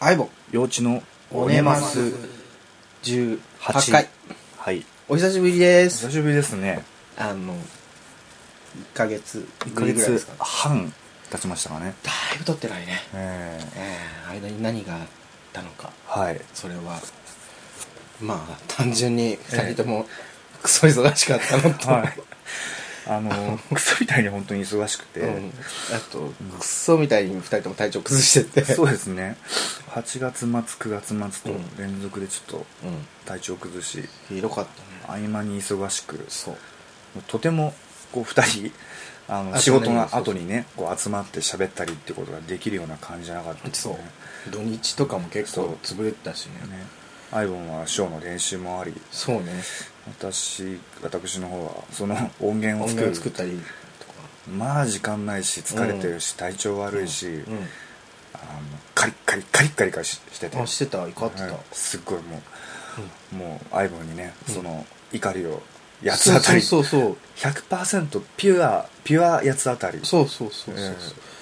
相棒幼稚のおねますす18 8回はいお久しぶりです久しぶりですねあの1ヶ月1ぶヶりぐらいです月か半経ちましたかねだいぶ撮ってないねえええ間に何があったのかー、はいそれはまあ単純に2人ともクソ忙しかったのと、 はいあのークソみたいに本当に忙しくて、うん、あとクソみたいに2人とも体調崩しててそうですね8月末9月末と連続でちょっとうん体調崩し、ひどかったね合間に忙しくそうとてもこう2人あのあ仕事そうねの後にねこう集まって喋ったりってことができるような感じじゃなかったですそうね土日とかも結構潰れてたしねねアイボンはショーの練習もありそうね私私の方は その音源を音作る源作ったりとかまあ時間ないし疲れてるし、体調悪いし、うんあのカリッカリカリッカリカリししててあしてた怒ってた、はいすっごいもう、もうアイボンにねその怒りを八つそう当たり、そうそう100%ピュアピュア八つ当たりそうそうそうそうそう、ええ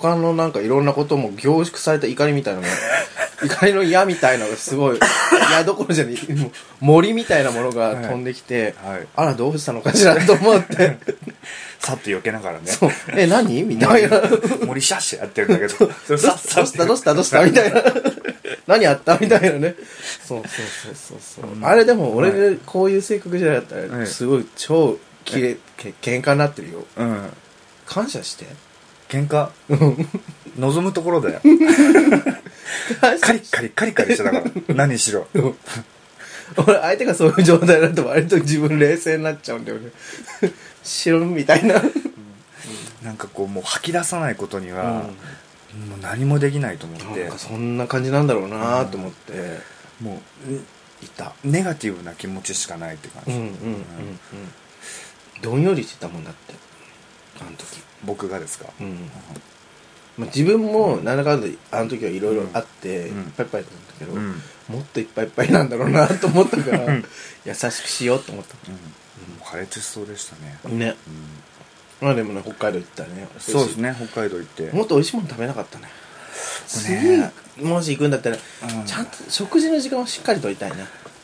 他のなんかいろんなことも凝縮された怒りみたいな のが怒りの矢みたいなのがすごい矢どころじゃないもう森みたいなものが飛んできて、はいはいあらどうしたのかしらと思って さっと避けながらねそうえ何みたいな森シャッシャやってるんだけ どそれどさうっしたさどうっしたどうしたどうしたみたいな何あったみたいなねそうそうそうそう、ううんあれでも俺はでこういう性格じゃなかったはらいすごい超きれ、け喧嘩になってるようん感謝して喧嘩望むところだよ感謝カリッカリカリカリしてたから何し ろ俺相手がそういう状態だと割と自分冷静になっちゃうんだよね 白みたいななんかこうもう吐き出さないことになは、もう何もできないと思っんてか そんな感じなんだろうなと思って、もいたうネガティブな気持ちしかないって感うんじ、うんうんうんどんよりしてたもんだってあの時僕がですか、うん、まあ、自分もなんだかんだあの時はいろいろあって、うんいっぱいいっぱいだったんだけど、うんもっといっぱいいっぱいなんだろうなと思ったから優しくしようと思っうんもう破裂しそうでしたね、たねうんまあでもね北海道行ったらねそうですね北海道行ってもっと美味しいもの食べなかったね次ねもし行くんだったら、んちゃんと食事の時間をしっかりとりたいな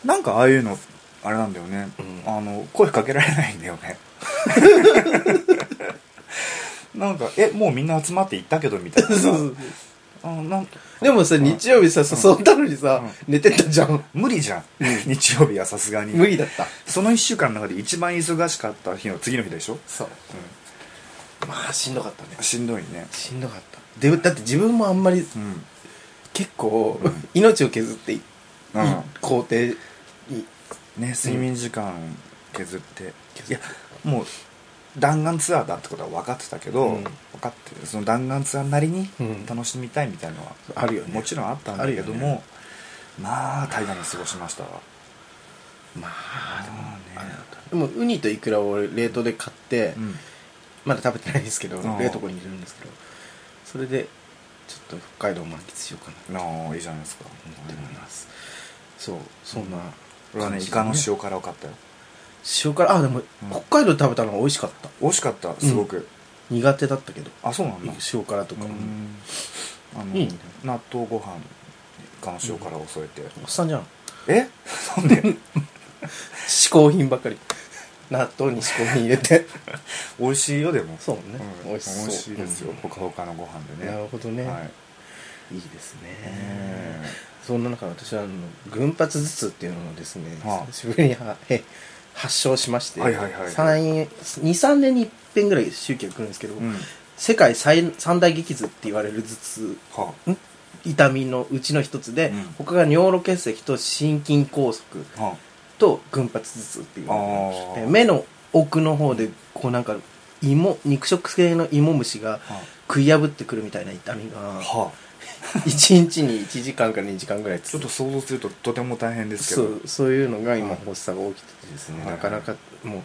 なんかああいうのあれなんだよね、うんあの声かけられないんだよ ねなんかえもうみんな集まって行ったけどみたいなさあなんかでもさ日曜日さ誘ったのにさ、寝てたじゃん無理じゃん、日曜日はさすがに無理だったその1週間の中で一番忙しかった日の次の日でしょ、そうまあしんどかったねしんどいねしんどかったでだって自分もあんまりうん結構、命を削っていいうん工程にね睡眠時間削って、削いっやてもう弾丸ツアーだってことは分かってたけど、うん分かってるその弾丸ツアーなりにうん楽しみたいみたいのは、あるよねもちろんあったんだけどあも、るよねまあ大河に過ごしましたわままあねでもウニとイクラを俺冷凍で買って、うんまだ食べてないんですけどうん冷凍庫に入れるんですけどそれでちょっと北海道を満喫しようかななあいいじゃないですか思っております、そうそんな俺はね感イじカだねの塩辛を買ったよ塩辛あでも、うん北海道で食べたのが美味しかった美味しかったすごく、苦手だったけどあそうなんだ塩辛とか、うんあのいいね納豆ご飯イカの塩辛を添えて、おっさんじゃんえ なんで嗜好品ばっかり納豆に嗜好品入れて美味しいよでもそうね、うん美味しそう美味しいですよ、うんほかほかのご飯で ねなるほどね、はいい、いですね、えそんな中私はあの群発頭痛っていうのをですね、はあ久しぶりにはへ発症しまして、はいはいはいはい23年に一遍ぐらい周期が来るんですけど、うん世界最三大激痛って言われる頭痛はん痛みのうちの一つで、うん他が尿路結石と心筋梗塞あはと群発頭痛っていうのがありましてあー目の奥の方でこうなんか芋肉食系の芋虫がは食い破ってくるみたいな痛みがあは1日に1時間から2時間ぐらいあちょ続っくと想像するととても大変ですけそどうそういうのが今発作が起きててですね、はいなかなかもう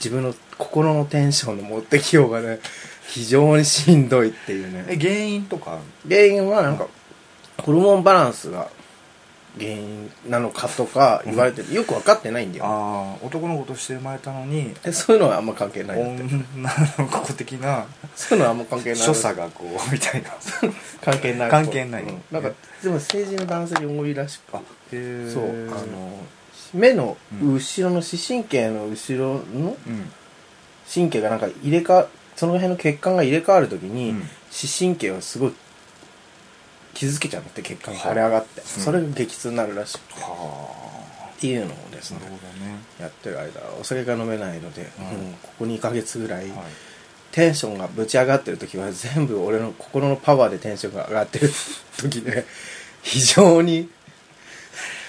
自分の心のテンションの持ってきようがね 非常にしんどいっていうねえ原因とか原因はなんかホルモンバランスが原因なのかとか言われてるよく分かってないんだよああ男の子として生まれたのにでそういうのはあんま関係ないんだって女の子的なそういうのはあんま関係ない所作がこうみ たいな関係ない関係ないうんなんかでも成人の男性に多いらしくへそうああのの目の後ろの視神経の後ろのうん神経がなんか入れ替わその辺の血管が入れ替わるときうにん視神経はすごい傷つけちゃうのって血管がはい腫れ上がってそれが激痛になるらしいっはていうのをですあなねるほどやってる間お酒が飲めないのでうんもうここ2ヶ月ぐらいねはいテンションがぶち上がってる時は全部俺の心のパワーでテンションが上がってる時 で非常に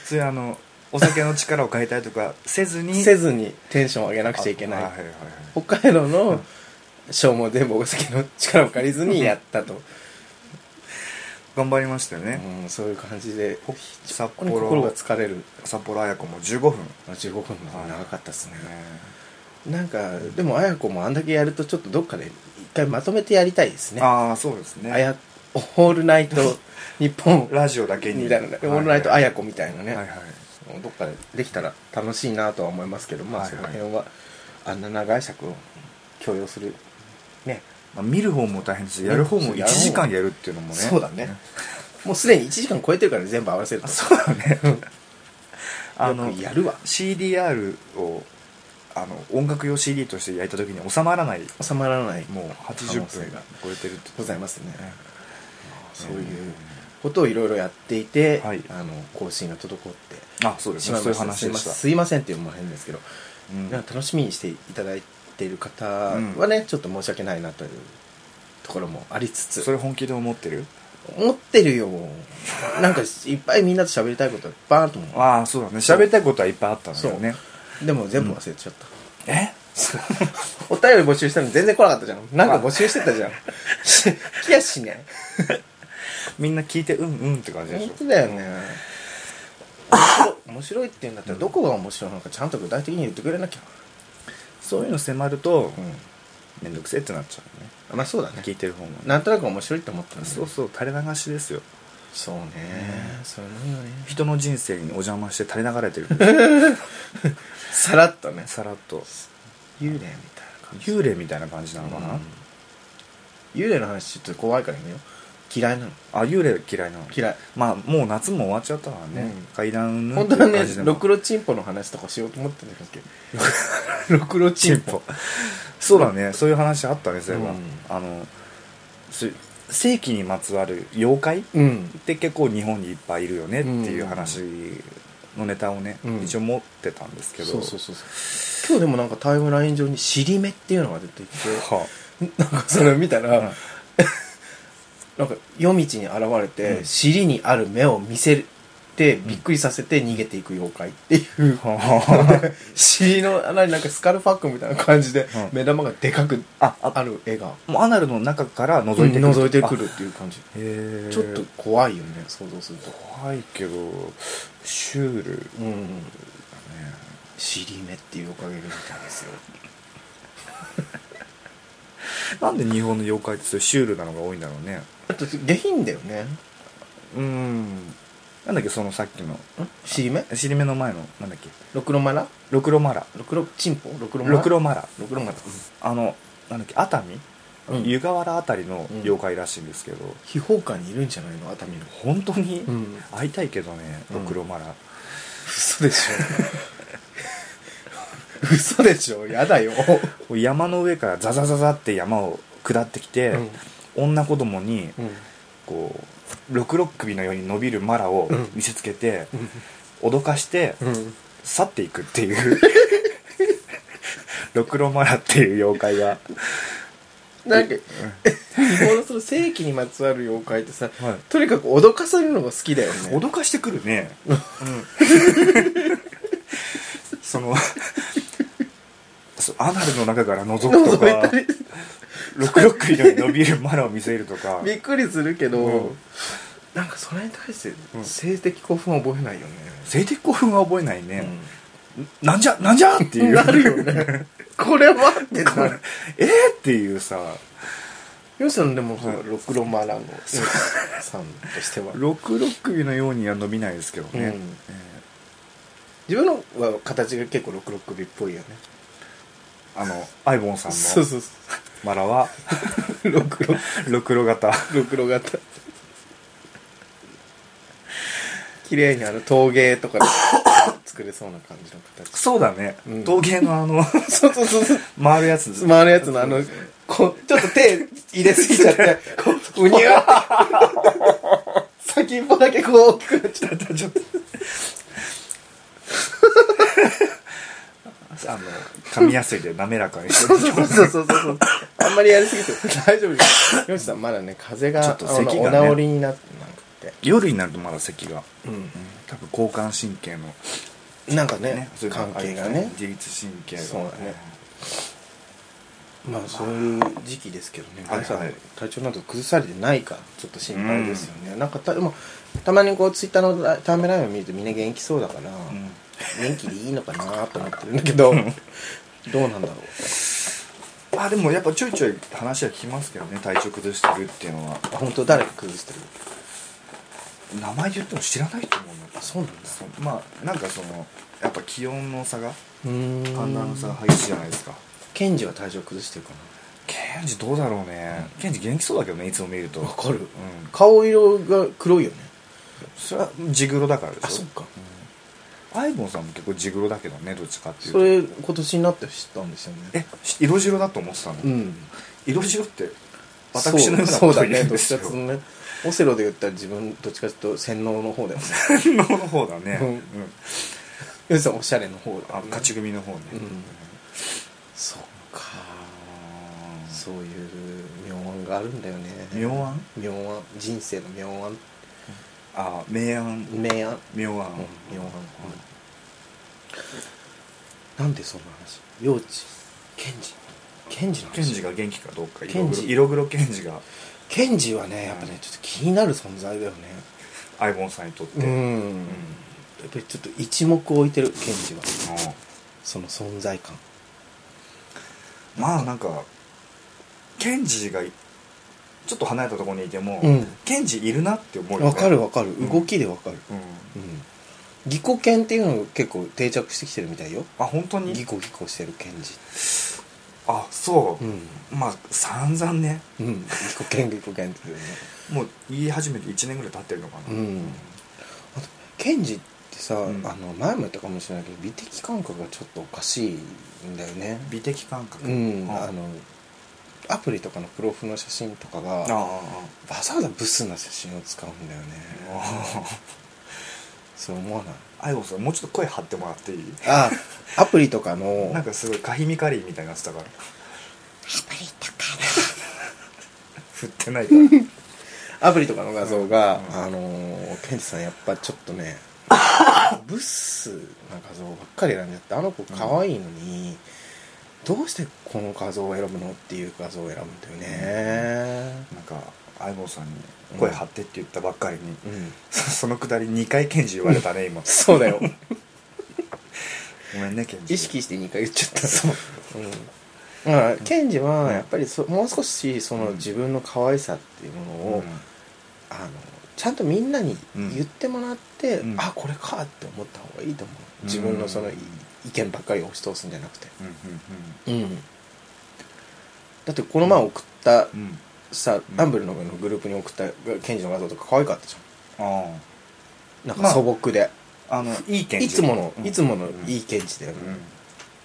それあのお酒の力を変えたりとかせずにせずずにテンションを上げなくちゃいけないはいはいはい北海道のショーも全部お酒の力を借りずにやったと、頑張りましたよね、うん、そういう感じでほ札本当に心が幌疲れる札幌綾子も15分ねあ15分の長かったですねなんかでも綾子もあんだけやるとちょっとどっかで一回まとめてやりたいですねああそうですあねやオールナイト日本ラジオだけにみたいなね、はいオールナイト綾子みたいなね、はいはいどっかでできたら楽しいなとは思いますけどまあはいそはいの辺はあんな長い尺を強要するねまあ見る方も大変ですしやる方も1時間やるっていうのもねそうだねもうすでに1時間超えてるからね全部合わせるとそうだねあのよくやるわ CDR をあの音楽用 CD として焼いた時に収まらない 収まらないもう可80能性分が超えてるってございますねねそういうことをいろいろやっていて、はいあの更新が滞ってあそうですしねまいそうまいうした話すいでしまたすいませんっていうのも変ですけど、うんなんか楽しみにしていただいている方はね、ちょっと申し訳ないなというところもありつつそれ本気で思ってる思ってるよなんかいっぱいみんなと喋りたいこといっぱいあると思ああそうだね喋りたいことはいっぱいあったんだよねうでも全部忘れちゃった、えお便り募集したの全然来なかったじゃんなんか募集してたじゃんし 来やしね みんな聞いてうんうんって感じでし本ょ当だよね面白面白いって言うんだったらどこが面白いのかちゃんと具体的に言ってくれなきゃそういうの迫るとうんめんどくせえってなっちゃうねまあそうだね聞いてる方もなんとなく面白いって思ったんだよそうそう垂れ流しですよそうねそういうのよね人の人生にお邪魔して垂れ流れて るさらっとねさらっと幽霊みたいな感じ幽霊みたいな感じなのかな、幽霊の話ちょっと怖いからやめよう嫌いなのあ幽霊嫌いなの嫌いまあもう夏も終わっちゃったからね、うん階段うんぬん本当はねっていう感じでもろくろちんぽの話とかしようと思ってたん ですけどろくろちチんンぽポ そうだねそういう話あったねそういえば、うんあのす世紀にまつわる妖怪っうんて結構日本にいっぱいいるよねっていううん話のネタをね、うん一応持ってたんですけどそうそうそうそう今日でもなんかタイムライン上に「尻目」っていうのが出てきはてなんかそれを見たら、うん なんか夜道に現れて、うん尻にある目を見せてびっくりさせて逃げていく妖怪って いう、あは尻の穴になんかスカルファックみたいな感じでうん目玉がでかくああある絵があもうアナルの中から覗覗いいててくくる,、る、覗いてくあるっていう感じへえちょっと怖いよね想像すると怖いけどシュールだねうん尻目っていうおかげで見たんですよなんで日本の妖怪ってそういうシュールなのが多いんだろうねあと下品だよねうんなんだっけそのさっきの尻目尻目の前のなんだっけろくろマラろくろマラろくろチンポろくろマラろくろマラろくろマラあのなんだっけ熱海、うん湯河原あたりの妖怪らしいんですけど、秘宝館にいるんじゃないの熱海の本当にん会いたいけどねうろんくろマラ、嘘でしょ嘘でしょやだよこう山の上からザザザザって山を下ってきて、うん女子供にうんこうろくろ首のように伸びるマラをうん見せつけて、脅かして、うん去っていくっていう ろくろマラっていう妖 怪がなんか日本のその世紀にまつわる妖怪ってさ、はいとにかく脅かされるのが好きだよね脅かしてくるね、 そのそうアナルの中から覗くとか覗いたりろくろ首のように伸びるマラを見せるとかびっくりするけど、うんなんかそれに対してうん性的興奮は覚えないよね、性的興奮は覚えないね、なんじゃなんじゃっていう なるよねこれはってなるえーっていうさヨシさんでも、はいロクロマランゴさんとしては、ロクロックビのようには伸びないですけどうね、ん自分のは形が結構ロクロックビっぽいよねあのアイボンさんそうのそうそマラはうロクロロクロ型ろくろ型綺麗にあの陶芸とかで作れそうな感じの形そうだね、うん陶芸の あのそうそうそうそう回るやつ回るやつのあのこうちょっと手入れすぎちゃってこううにゅわって先っぽだけこう大きくなっちゃったちょっとあの噛みやすいで滑らかにし てそうそうそうそうそうあんまりやりすぎて大丈夫ですよしさんまだね風ちょがっと咳がねあのお治りになってなくて夜になるとまだ咳が、うん多分交感神経の、なんかねね、そういうの関係がね自律神経がそうだねまあそういう時期ですけどねはい皆さんはい体調など崩されてないかちょっと心配ですよねなんかたでもたまにこうツイッターのラタイムラインを見るとみんな元気そうだからうん元気でいいのかなと思ってるんだけ どどうなんだろうまあでもやっぱちょいちょい話は聞きますけどね体調崩してるっていうのはあ本当誰か崩してる名前言っても知らないと思うんだけあどそうなんだそうまあなんかそのやっぱ気温の差がうーん寒暖の差が激しいじゃないですかケンジは体調崩してるかケンジどうだろうねケンジ元気そうだけどねいつも見るとなわかるうん顔色が黒いよねそれはジグロだからでしょあそっかアイボンさんも結構ジグロだけどねどっちかっていうそとれ今年になって知ったんですよねえし色白だと思ってたの、うん色白ってそう私のようなそこうとだ言ねうんどでっちすかっつようとねオセロで言ったら自分どっちかというと洗脳の方だよね天皇の方だね、ううんんヨシさんおしゃれの方だあよね勝ち組の方ね、うんそっかそういう妙案があるんだよね妙案妙案人生の妙案あ明暗明暗う明暗、ん妙案、なんでそんな話幼稚ケンジケンジの話ケンジが元気かどうかケン色ジ黒色黒ケンジがケンジはねやっぱねちょっと気になる存在だよねアイボンさんにとって、うん、うやんっぱりちょっと一目置いてるケンジはあその存在感あまあなんかケンジがちょっと離れたところにいても、うんケンジいるなって思うよねわかるわかるん動きでわかるうんうんぎこ犬っていうのが結構定着してきてるみたいよあ本当にギコギコしてるケンジあそう、んまあ散々ねうんギコケンギコケンっていうねもう言い始めて1年ぐらい経ってるのかな、うんあとケンジってさ、うんあの前も言ったかもしれないけど美的感覚がちょっとおかしいんだよね美的感覚うんああのアプリとかのプロフの写真とかあがあわざわざブスな写真を使うんだよねあそう思わないあいぼさんもうちょっと声張ってもらっていいあアプリとかのなんかすごいカヒミカリーみたいになってたから振ってな いからアプリとかの画像が、うんあのーケンジさんやっぱちょっと ねブスな画像ばっかり選んじゃってあの子可愛いのに、どうしてこの画像を選ぶのっていう画像を選ぶんだよねなんか相棒さんに「声張って」って言ったばっかりに、うん、そそのくだり2回ケンジ言われたね 今そうだよごめんねケンジ意識して2回言っちゃったそう、うん、だからケンジはやっぱりそもう少しその自分の可愛さっていうものを、うんあのちゃんとみんなに言ってもらって、うんあこれかって思った方がいいと思ううん自分のそのい意見ばっかり押し通すんじゃなくて、うんうん、だってこの前送ったうんうんさうんランブルのグループに送ったケンジの画像とか可愛かったじあゃんなんまかあ素朴で、ああのいいケンジいつもの、うんいつものいいケンジだようね、ん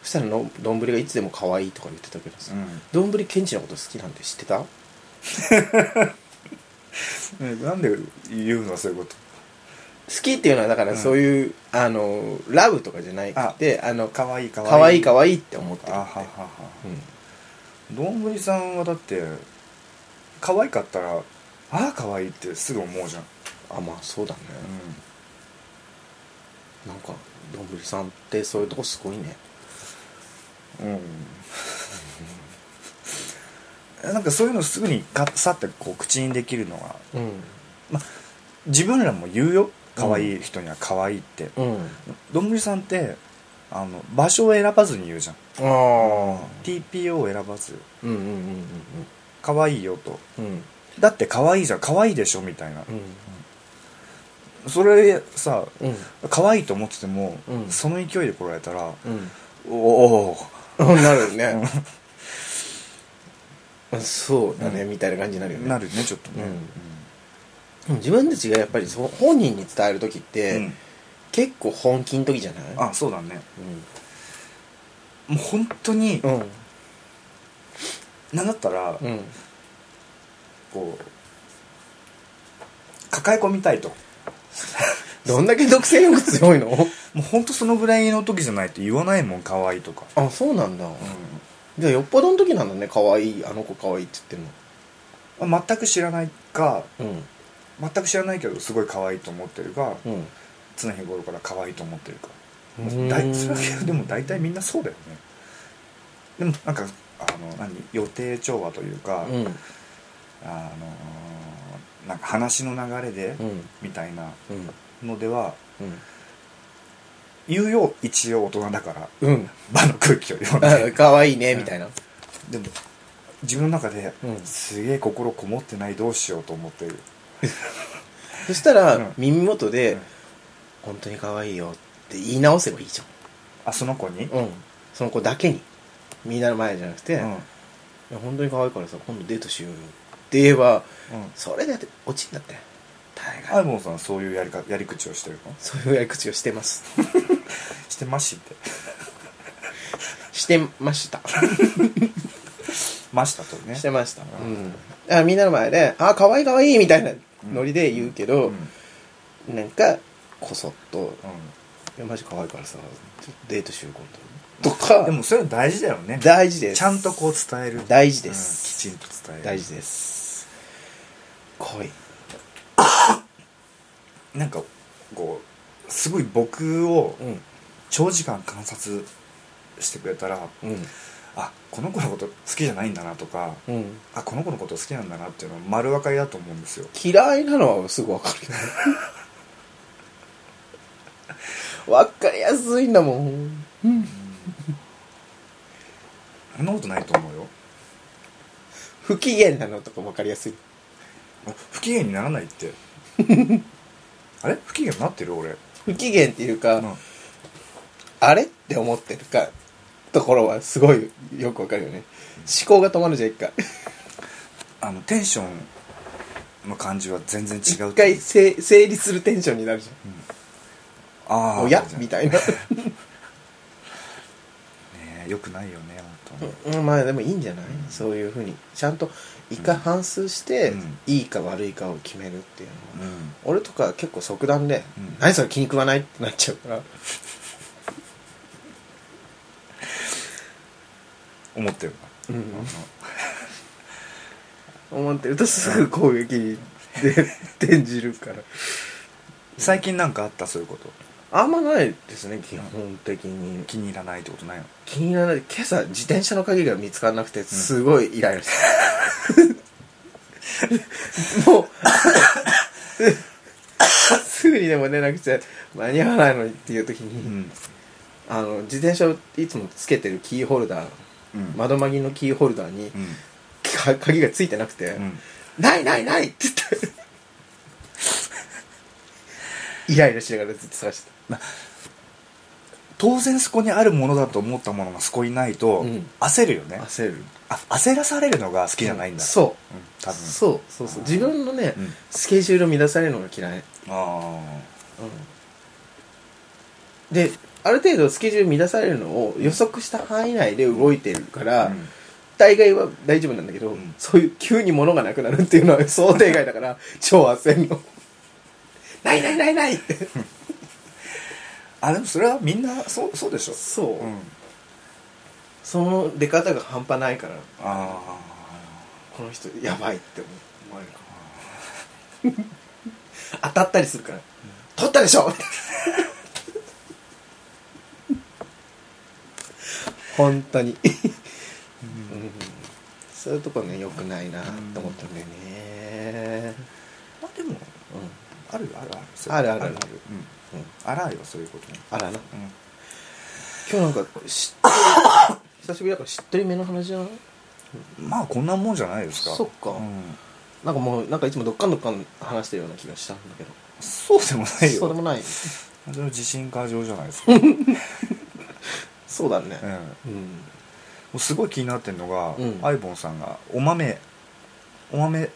そしたらの丼がいつでも可愛いとか言ってたけどさうん丼、ケンジのこと好きなんて知ってたねなんで言うのそういうこと好きっていうのはだからうんそういう、あのラブとかじゃなくてあのかわいいか可愛いわ可愛いって思ってあるはっはてははうんどんぶりさんはだって可愛かったらああ可愛いってすぐ思うじゃん、あまあそうだね、うなんかどんぶりさんってそういうとこすごいねん うん、なんかそういうのすぐにガッサってこう口にできるのはうん自分らも言うよ可愛い人には可愛いって、うんどんぶりさんってあの場所を選ばずに言うじゃんああ TPO を選ばずうんうんうんうん可愛いよとうんだって可愛いじゃん可愛いでしょみたいなう、んそれさうん可愛いと思ってても、うんその勢いで来られたうら、んおおーなるねそうだね、うんみたいな感じになるよねなるねちょっとね、うんうん自分たちがやっぱりそう本人に伝える時っうんて、うん結構本気の時じゃないあそうだねもう本当に、うんうんなんだったら、うんこう抱え込みたいとどんだけ独占欲強いのもう本当そのぐらいの時じゃないと言わないもん可愛いとか、あそうなんだ、うじゃあよっぽどの時なんだね可愛いあの子可愛いって言ってんまあ全く知らないかるの全く知らないけどすごい可愛いと思ってるかうんうん常日頃から可愛いと思ってるかうもーんう大 それはでも大体みんなそうだよねでもなんかあの何予定調和というか、うんあのーなんか話の流れで、うんみたいなうんのではうん言うよ一応大人だからうん場の空気を読んあで可愛いねみたいなでも自分の中で、うんすげえ心こもってないどうしようと思ってる、そしたうらん耳元うでん「本当に可愛いよ」って言い直せばいいじあその子に、ゃんうんその子だけにみんなの前じゃなくて「いうんや本当に可愛いからさ今度デートしようよ」って言えばうんそれで落ちんだって大アイ概ボンさんそういうやりかやり口をしてるのそういうやり口をして ますしてましってしてましたましたとねしてました、うん、だからみんなの前で「あ可愛い可愛いみたいなノリで言うけど、うんうんなんかこそっと「いやマジ可愛いからさちょっとデートしよう今度」とかでもそれは大事だよね大事ですちゃんとこう伝える大事です、うんきちんと伝える大事です恋なんかこうすごい僕をうん長時間観察してくれたら、うんあこの子のこと好きじゃないんだなとか、うんあこの子のこと好きなんだなっていうのは丸分かりだと思うんですよ嫌いなのはすぐ分かるよね 分かりやすいんだもん、うん、そんなことないと思うよ不機嫌なのとか分かりやすいあ不機嫌にならないって あれ不機嫌になってる俺、不機嫌っていうか、うんあれって思ってるかところはすごいよくわかるよね思考が止まるじゃん一回あのテンションの感じは全然違うと思う一回せ整理するテンションになるじゃあんあおやみたい なねえよくないよね本当に、うんまあでもいいんじゃないそういうふうにちゃんと一回反芻して、うんいいか悪いかを決めるっていうのは、うん俺とか結構即断で、うん何それ気に食わないってなっちゃうから思ってるうな、んあ思ってるとすぐ攻撃で 転じるからの最近なんかあったそういうことあんまないですね基本的に気に入らないってことないの気にならない今朝自転車の鍵が見つからなくてすごいイライラ した、もう すぐにでも出なくちゃ間に合わないのにっていう時に、うん、あの自転車をいつもつけてるキーホルダーうん窓マギのキーホルダーにうんか鍵がついてなくて「うんないないない!」って言ってイライラしながらずっと探して当然そこにあるものだと思ったものがそこにないと、うん焦るよたね焦るあ焦らされるのが好きじゃないんだ、そうう、ん、多分そうそうそう自分のね、うんスケジュールを乱されるのが嫌いあうんである程度スケジュール乱されるのを予測した範囲内で動いてるかあら、大概は大丈夫なんだけど、うんそういう急に物がなくなるっていうのは想定外だから超焦るの ないないないないってあでもそれはみんなそうそうでしょそう、うんその出方が半端ないからあこの人やばいって思われるかな 当たったりするから「取ったでしょ!」本当に、うん そういうとこね良くないなと思ったんだよね、あまあでもうんあるよあるあるそうあるあるあるうんうんあらよそういうことねあらなうん 今日なんかし久しぶりだからしっとりめの話じゃないまあこんなもんじゃないですかそっかうんなんかもうなんかいつもどっかんどっかん話してるような気がしたんだけどそうでもないそうでもよないそれ自信過剰じゃないですか、うん、もそうだねうんうすごい気になってるのが、うんアイボンさんがお豆お豆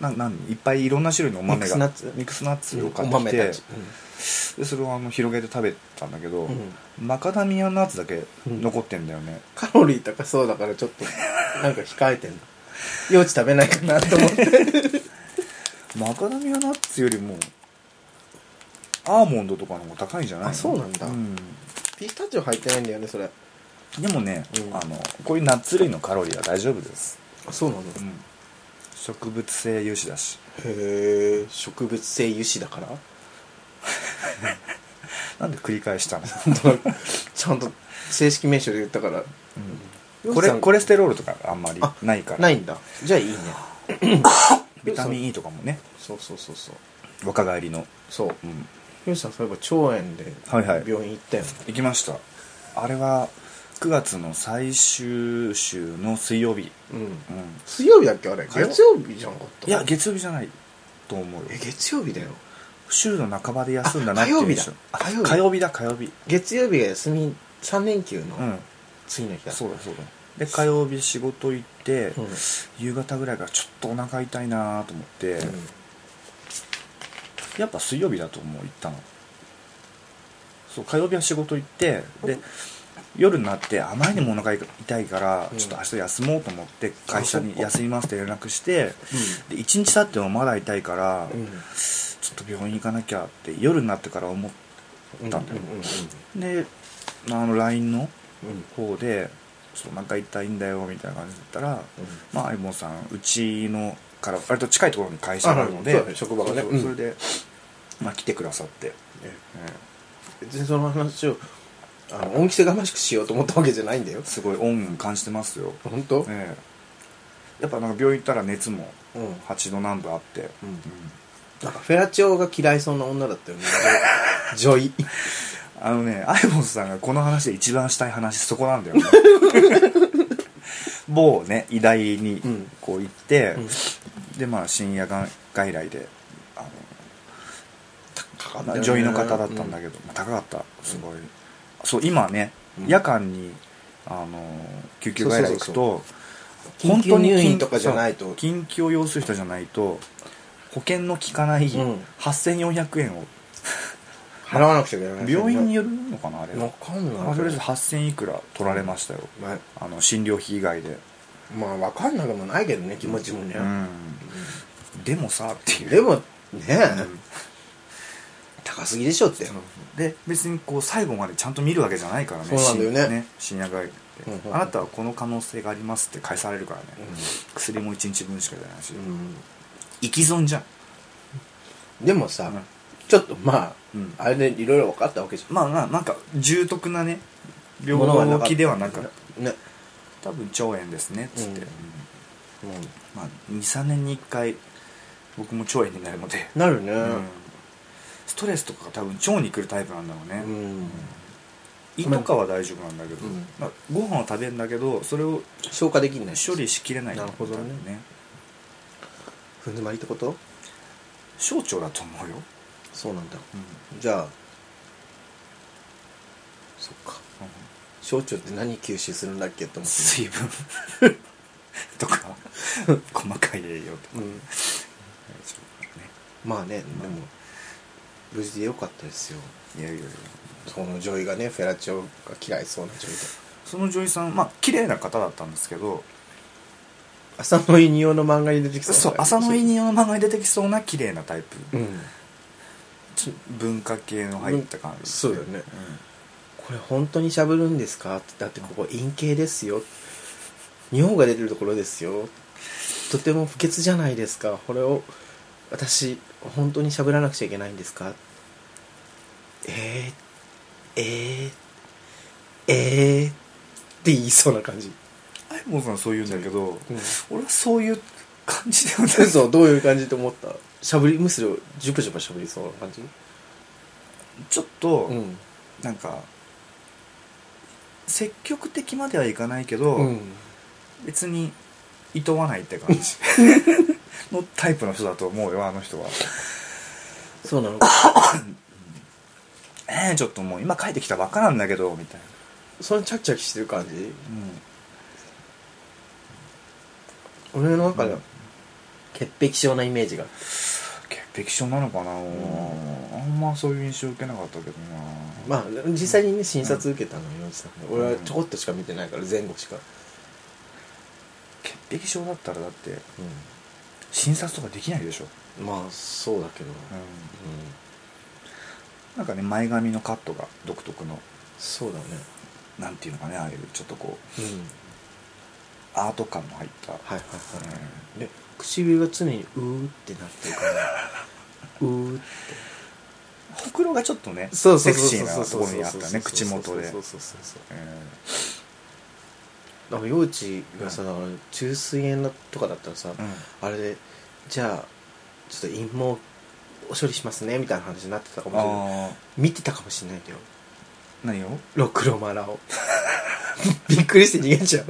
なんなんいっぱいいろんな種類のお豆がミックスナッツミックスナッツを買おってき豆てたちでそれをあの広げて食べたんだけど、うんうんマカダミアナッツだけ残ってんだよね、カロリー高そうだからちょっ となんか控えてんの幼稚食べないかなと思って マカダミアナッツよりもアーモンドとかの方が高いんじゃないのあそうなんだピスタチオ入ってないんだよねそれでもね、うんあのこういうナッツ類のカロリーは大丈夫です、あそうなのへうん、植物性油脂だしえ植物性油脂だからなんで繰り返したの、 ちゃんと正式名称で言ったからうん、これコレステロールとかあんまりあないからないんだじゃあいいねビタミン E とかもねそうそうそうそう若返りの、そううん、ヨシさんそういえば腸炎ではいはい病院行ったよね、行きましたあれは9月の最終週の水曜日、うんうん、水曜日だっけあれ火曜月曜日じゃなかったいや月曜日じゃないと思うよえ月曜日だよ週の半ばで休んだなっていうあ火曜日だ人あ火曜日火曜日だ火曜日月曜日が休み3連休のうん次の日だ、そうだそうだで火曜日仕事行って、うん夕方ぐらいからちょっとお腹痛いなと思って、うんやっぱ水曜日だと思う行ったのそう火曜日は仕事行ってで夜になってあまりにもお腹痛いから、うんちょっと明日休もうと思って会社あそっにか休みますって連絡して、で1日経ってもまだ痛いから、うんちょっと病院行かなきゃって夜になってから思っうんだったようんであの LINE のうんうん方で「ちょっとお腹痛いんだよ」みたいな感じだったら、まあ、相棒さんうちのから割と近いところに会社があるのあではいそうだね職場がねそうそうそうんれで、まあ、来てくださって、ええ別にその話をあの恩着せがましくしようと思ったわけじゃないんだよえすごい恩感じてますよ、本当、ええやっぱなんか病院行ったら熱もうん8度南部あって、うんなんかフェラチオが嫌いそうな女だった よねジョイあのね相棒さんがこの話で一番したい話そこな んだよね某ね医大にうんこう行って、うんでまあ深夜が外来であのかかまあ、女医の方だったんだけど、まあ高かったすごい、そう今ね、うん夜間にあのー救急外来行くそうそうとど本当に入院とかじゃないそとう緊急を要する人じゃないと保険の効かないうん8400円を、払わなくちゃいけない病院によるのかなあれわは、かんない、まあ、とりあえず8000いくら取られましたよ、まああの診療費以外でまあわかんなくもないけどね気持ちもね、うんでもさっていうでもね、うん高すぎでしょって、で別にこう最後までちゃんと見るわけじゃないからねそうなんだよね深深夜外来って、うんうんあなたはこの可能性がありますって返されるからね、う薬も1日分しか出ないし、ん生き損じゃん、でもさ、うんちょっとまあ、うんあれでいろいろ分かったわけじゃんまあななんか重篤なね病物はなかった気ではなくね、多分腸炎ですねっつって、うんうんまあ、23年に1回僕も腸炎になるので、なるねうんストレスとかが多分腸に来るタイプなんだろうね、うん、胃とかは大丈夫なんだけど、うんまあ、ご飯を食べるんだけどそれを消化できんね処理しきれないんだよなるほどね多分ふんづまりってこと小腸だと思うよ、そうなんだうんじゃあそっか小腸って何吸収するんだっけって思って 水分とか細かい栄養とか、ね、うん、まあね、でも無事でよかったですよいやいやいやその女医がねフェラチオが嫌いそうな女医でその女優さんまあ綺麗な方だったんですけど浅野犬用の漫画に出てきそうそう浅野に犬の漫画に出てきそうな綺麗なタイプ、うんちょ文化系の入った感じ、うんそうだよねこれ本当にしゃぶるんですかってだってここ陰茎ですよ尿が出てるところですよとても不潔じゃないですかこれを私本当にしゃぶらなくちゃいけないんですかえー、えー、えー、って言いそうな感じアイボンさんはそう言うんだけど、うん俺はそういう感じではないそうどういう感じと思ったしゃぶりむしろジュプジュプしゃぶりそうな感じちょっと、うんなんか積極的まではいかないけど、うん別にいとわないっ て感じのタイプの人だと思うよあの人はそう なのかえー、ちょっともう今帰ってきたばっかなんだけどみたいなそんなチャキチャキしてる感じうん俺の中ではうん潔癖症なイメージが潔癖症なのかな、あんまそういう印象受けなかったけどなまあ実際にね診察受けたのよ、さん、俺はうんちょこっとしか見てないから前後しか、潔癖症だったらだって診察とかできないでしょ、まあそうだけど、ううんん、なんかね前髪のカットが独特のそうだねなんていうのかねああいうちょっとこううんアート感の入った、はいはいはい、うで唇が常にうーってなってるからうーってんほくろがちょっとねそうそセうクそうシーそうなそとうこそうろにあったね口元でそうそうそうそうだうんから幼児がさ、だから虫垂炎だとかだったらさ、うんあれでじゃあちょっと陰毛を処理しますねみたいな話になってたかもしれないああ見てたかもしれないんだよ何をロクロマラを びっくりして逃げちゃう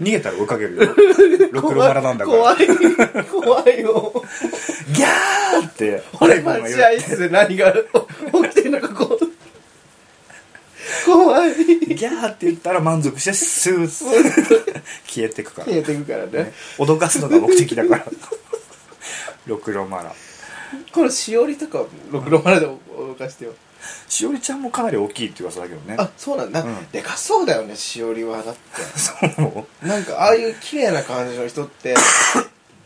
逃げたら追いかけるよ ロクロマラなんだから怖い怖いよギャーって俺待合室で何が起きてんのかこう怖いギャーって言ったら満足してスーッ 消えてくから、消えてくからねね脅かすのが目的だからろくろマラこのしおりとかロクロマラで動かしてよしおりちゃんもかなり大きいって噂だけどねあそうなんだ、うんでかそうだよねしおりはだっそうてなんかああいう綺麗な感じの人って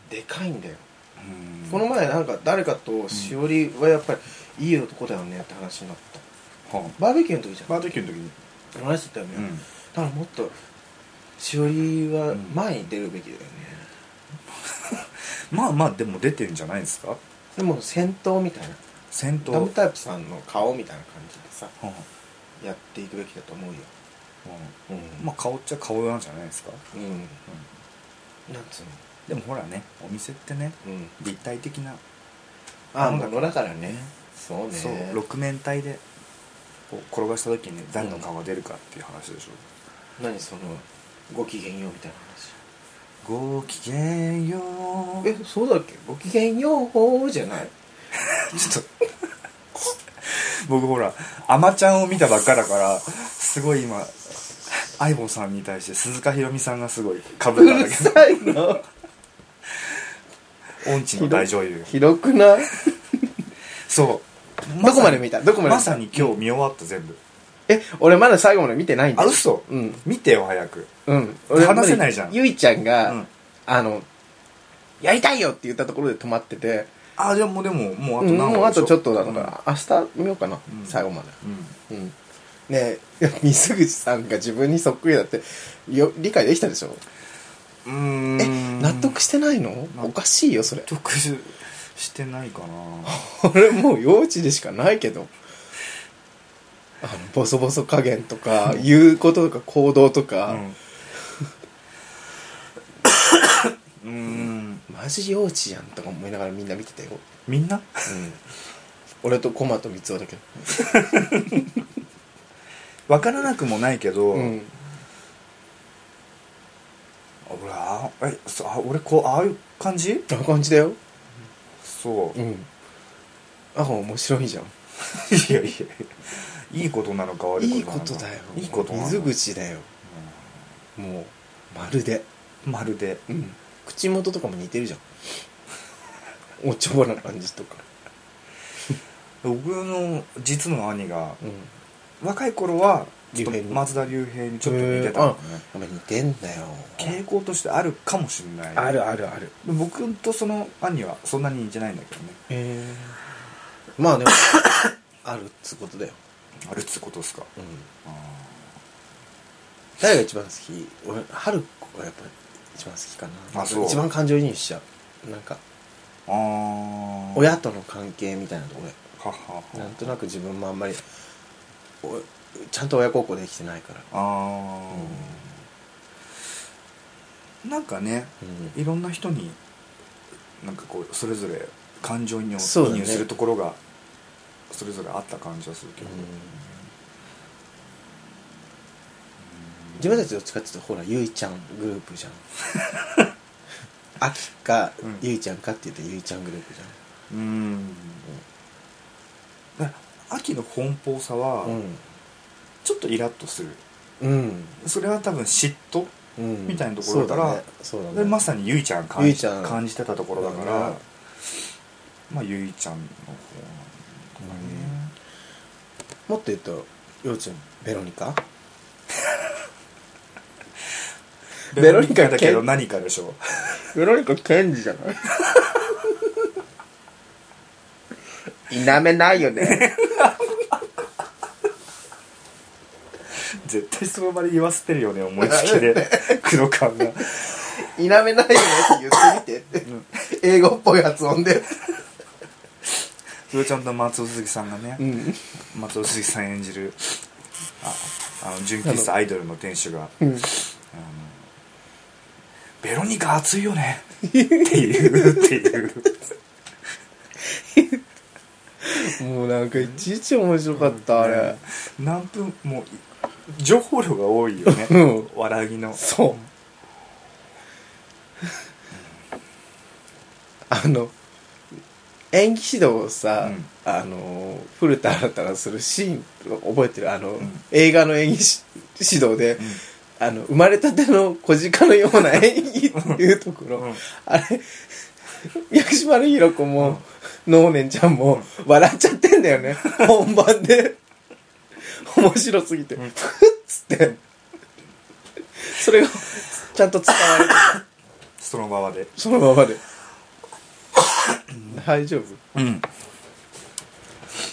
でかいんだようんこの前なんか誰かとしおりはやっぱりいい男だよねって話になったはバーベキューの時じゃんバーベキューの時に話してたよね、うんだからもっとしおりはうん前に出るべきだよね、まあまあでも出てんじゃないですかでも先頭みたいな戦闘ダムタイプさんの顔みたいな感じでさはやっていくべきだと思うよあうんまあ顔っちゃ顔なんじゃないですか、うんう、なんつうんでもほらねお店ってねのうん立体的な、ああなんだもかのだからねそうねそう六面体でこう転がした時に誰の顔が出るかっていう話でしょ、何そのごきげんようみたいなごきげんよう話えそうだっけごきげんようじゃないちょっと僕ほらあまちゃんを見たばっかだからすごい今アイボンさんに対して鈴鹿ひろみさんがすごいかぶう ったんだるけさどい な音痴の大女優ひどくない そうどこまで見たどこまで見たまさに今日見終わった全部え俺まだ最後まで見てないんだあよ嘘、うん見てよ早くうん話せないじゃんゆいちゃんが、うんあのやりたいよって言ったところで止まっててあじゃあもうでももうあとうん何話もうあとちょっとだか、から明日見ようかな、うん最後まうんうんでうんね え水口さんが自分にそっくりだってよ理解できたでしょうーんえ納得してないの納得おかしいよそれ納得してないかな 俺もう幼稚でしかないけどあのボソボソ加減とか言うこととか行動とか、 うんうーんマジ幼稚やんとか思いながらみんな見てたよ、みんなうん、俺とコマと三つだけどわからなくもないけど、うん俺あえそあ俺こうああいう感じあ感じだよそう、ういんあ面白いじゃんやいやいいことなのか悪いいいことなこのかとだよいいことなの水口だよもうまるでうんまるでうん口元とかも似てるじゃんおっちょぼな感じとか僕の実の兄がうん若い頃はちょ竜っと兵に松田龍平にちょっと似てたへのーねあやっぱ似てんだよ傾向としてあるかもしれないあるあるある僕とその兄はそんなに似てないんだけどねへえま あでもあるっつうことだよ、あるっつうことですかうん、あ誰が一番好き俺春子がやっぱ一番好きかなあそう一番感情移入しちゃうなんかーあー親との関係みたいなとこでははなんとなく自分もあんまりおちゃんと親孝行できてないから、あーなんかねうんいろんな人になんかこうそれぞれ感情に入そうだね入するところがそれぞれあった感じはするけど、うん自分たちどっちかっていうとほらゆいちゃんグルー プじゃん秋か、うんゆいちゃんかって言ってゆいちゃんグループじゃうんだから秋の奔放さはんちょっとイラッとする、うんそれは多分嫉妬うん、うん、みたいなところだかそうらだねそうだねでまさにゆいちゃん感ゆいじちゃん感じてたところだだからねまあゆいちゃんの方なんだね、もっと言うと幼稚園ベロニカうんベロニカだけベロどニ何かでしょベロニカケンジじゃない否めないよね 絶対その場で言わせてるよね思いつきで 黒感が否めないよねって言ってみて、英語っぽい発音でそれちゃんと松尾鈴木さんがね、ん松尾鈴木さん演じるああの純喫茶アイドルの店主が「あのベロニカ熱いよね」っていうっていうもうなんかいちいち面白かったあれ何分もう情報量が多いよね、うん笑いのそうあの演技指導をさ、うんあの古田新太がするシーン覚えてるあの、ん映画の演技し指導で、あの生まれたての小鹿のような演技っていうところ、うんあれ薬師丸ひろ子も、能年ちゃんも笑っちゃってんだよね本番で面白すぎて、ふっつってそれがちゃんと伝わるそのままで そのままで大丈夫うん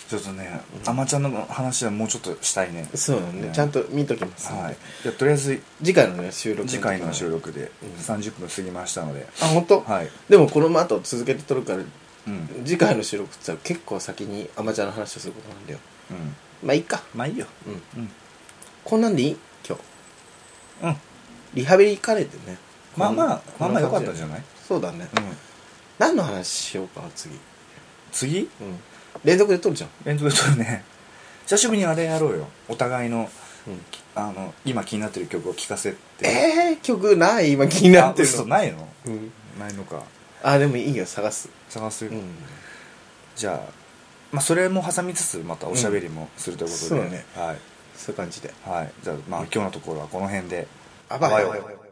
ちょっとねあまちゃんの話はもうちょっとしたいねそうなのね、ねちゃんと見ときますんで、はいじゃあとりあえず次回のね収録次回の収録録で30分過ぎましたので、あ本当、はいでもこの後続けて撮るからうん次回の収録ってさ結構先にアマチュアの話をすることなんだようんまあいいかまあいいようんうんこんなんでいい今日うんリハビリ行かれてねまあまあまこあんまあなよ感かっじたんじゃないそうだね、うん何の話しようか次次うん連続で撮るじゃん連続で撮るね 久しぶりにあれやろうよお互いのうんあの今気になってる曲を聴かせてえー、曲ない今気になってるあ嘘のないのうんないのかあでもいいよ探す探す、うんじゃあ,、まあそれも挟みつつまたおしゃべりもするということで、うんそうだねはい、そういう感じではい、じゃあまあ今日のところはこの辺であバイバイばい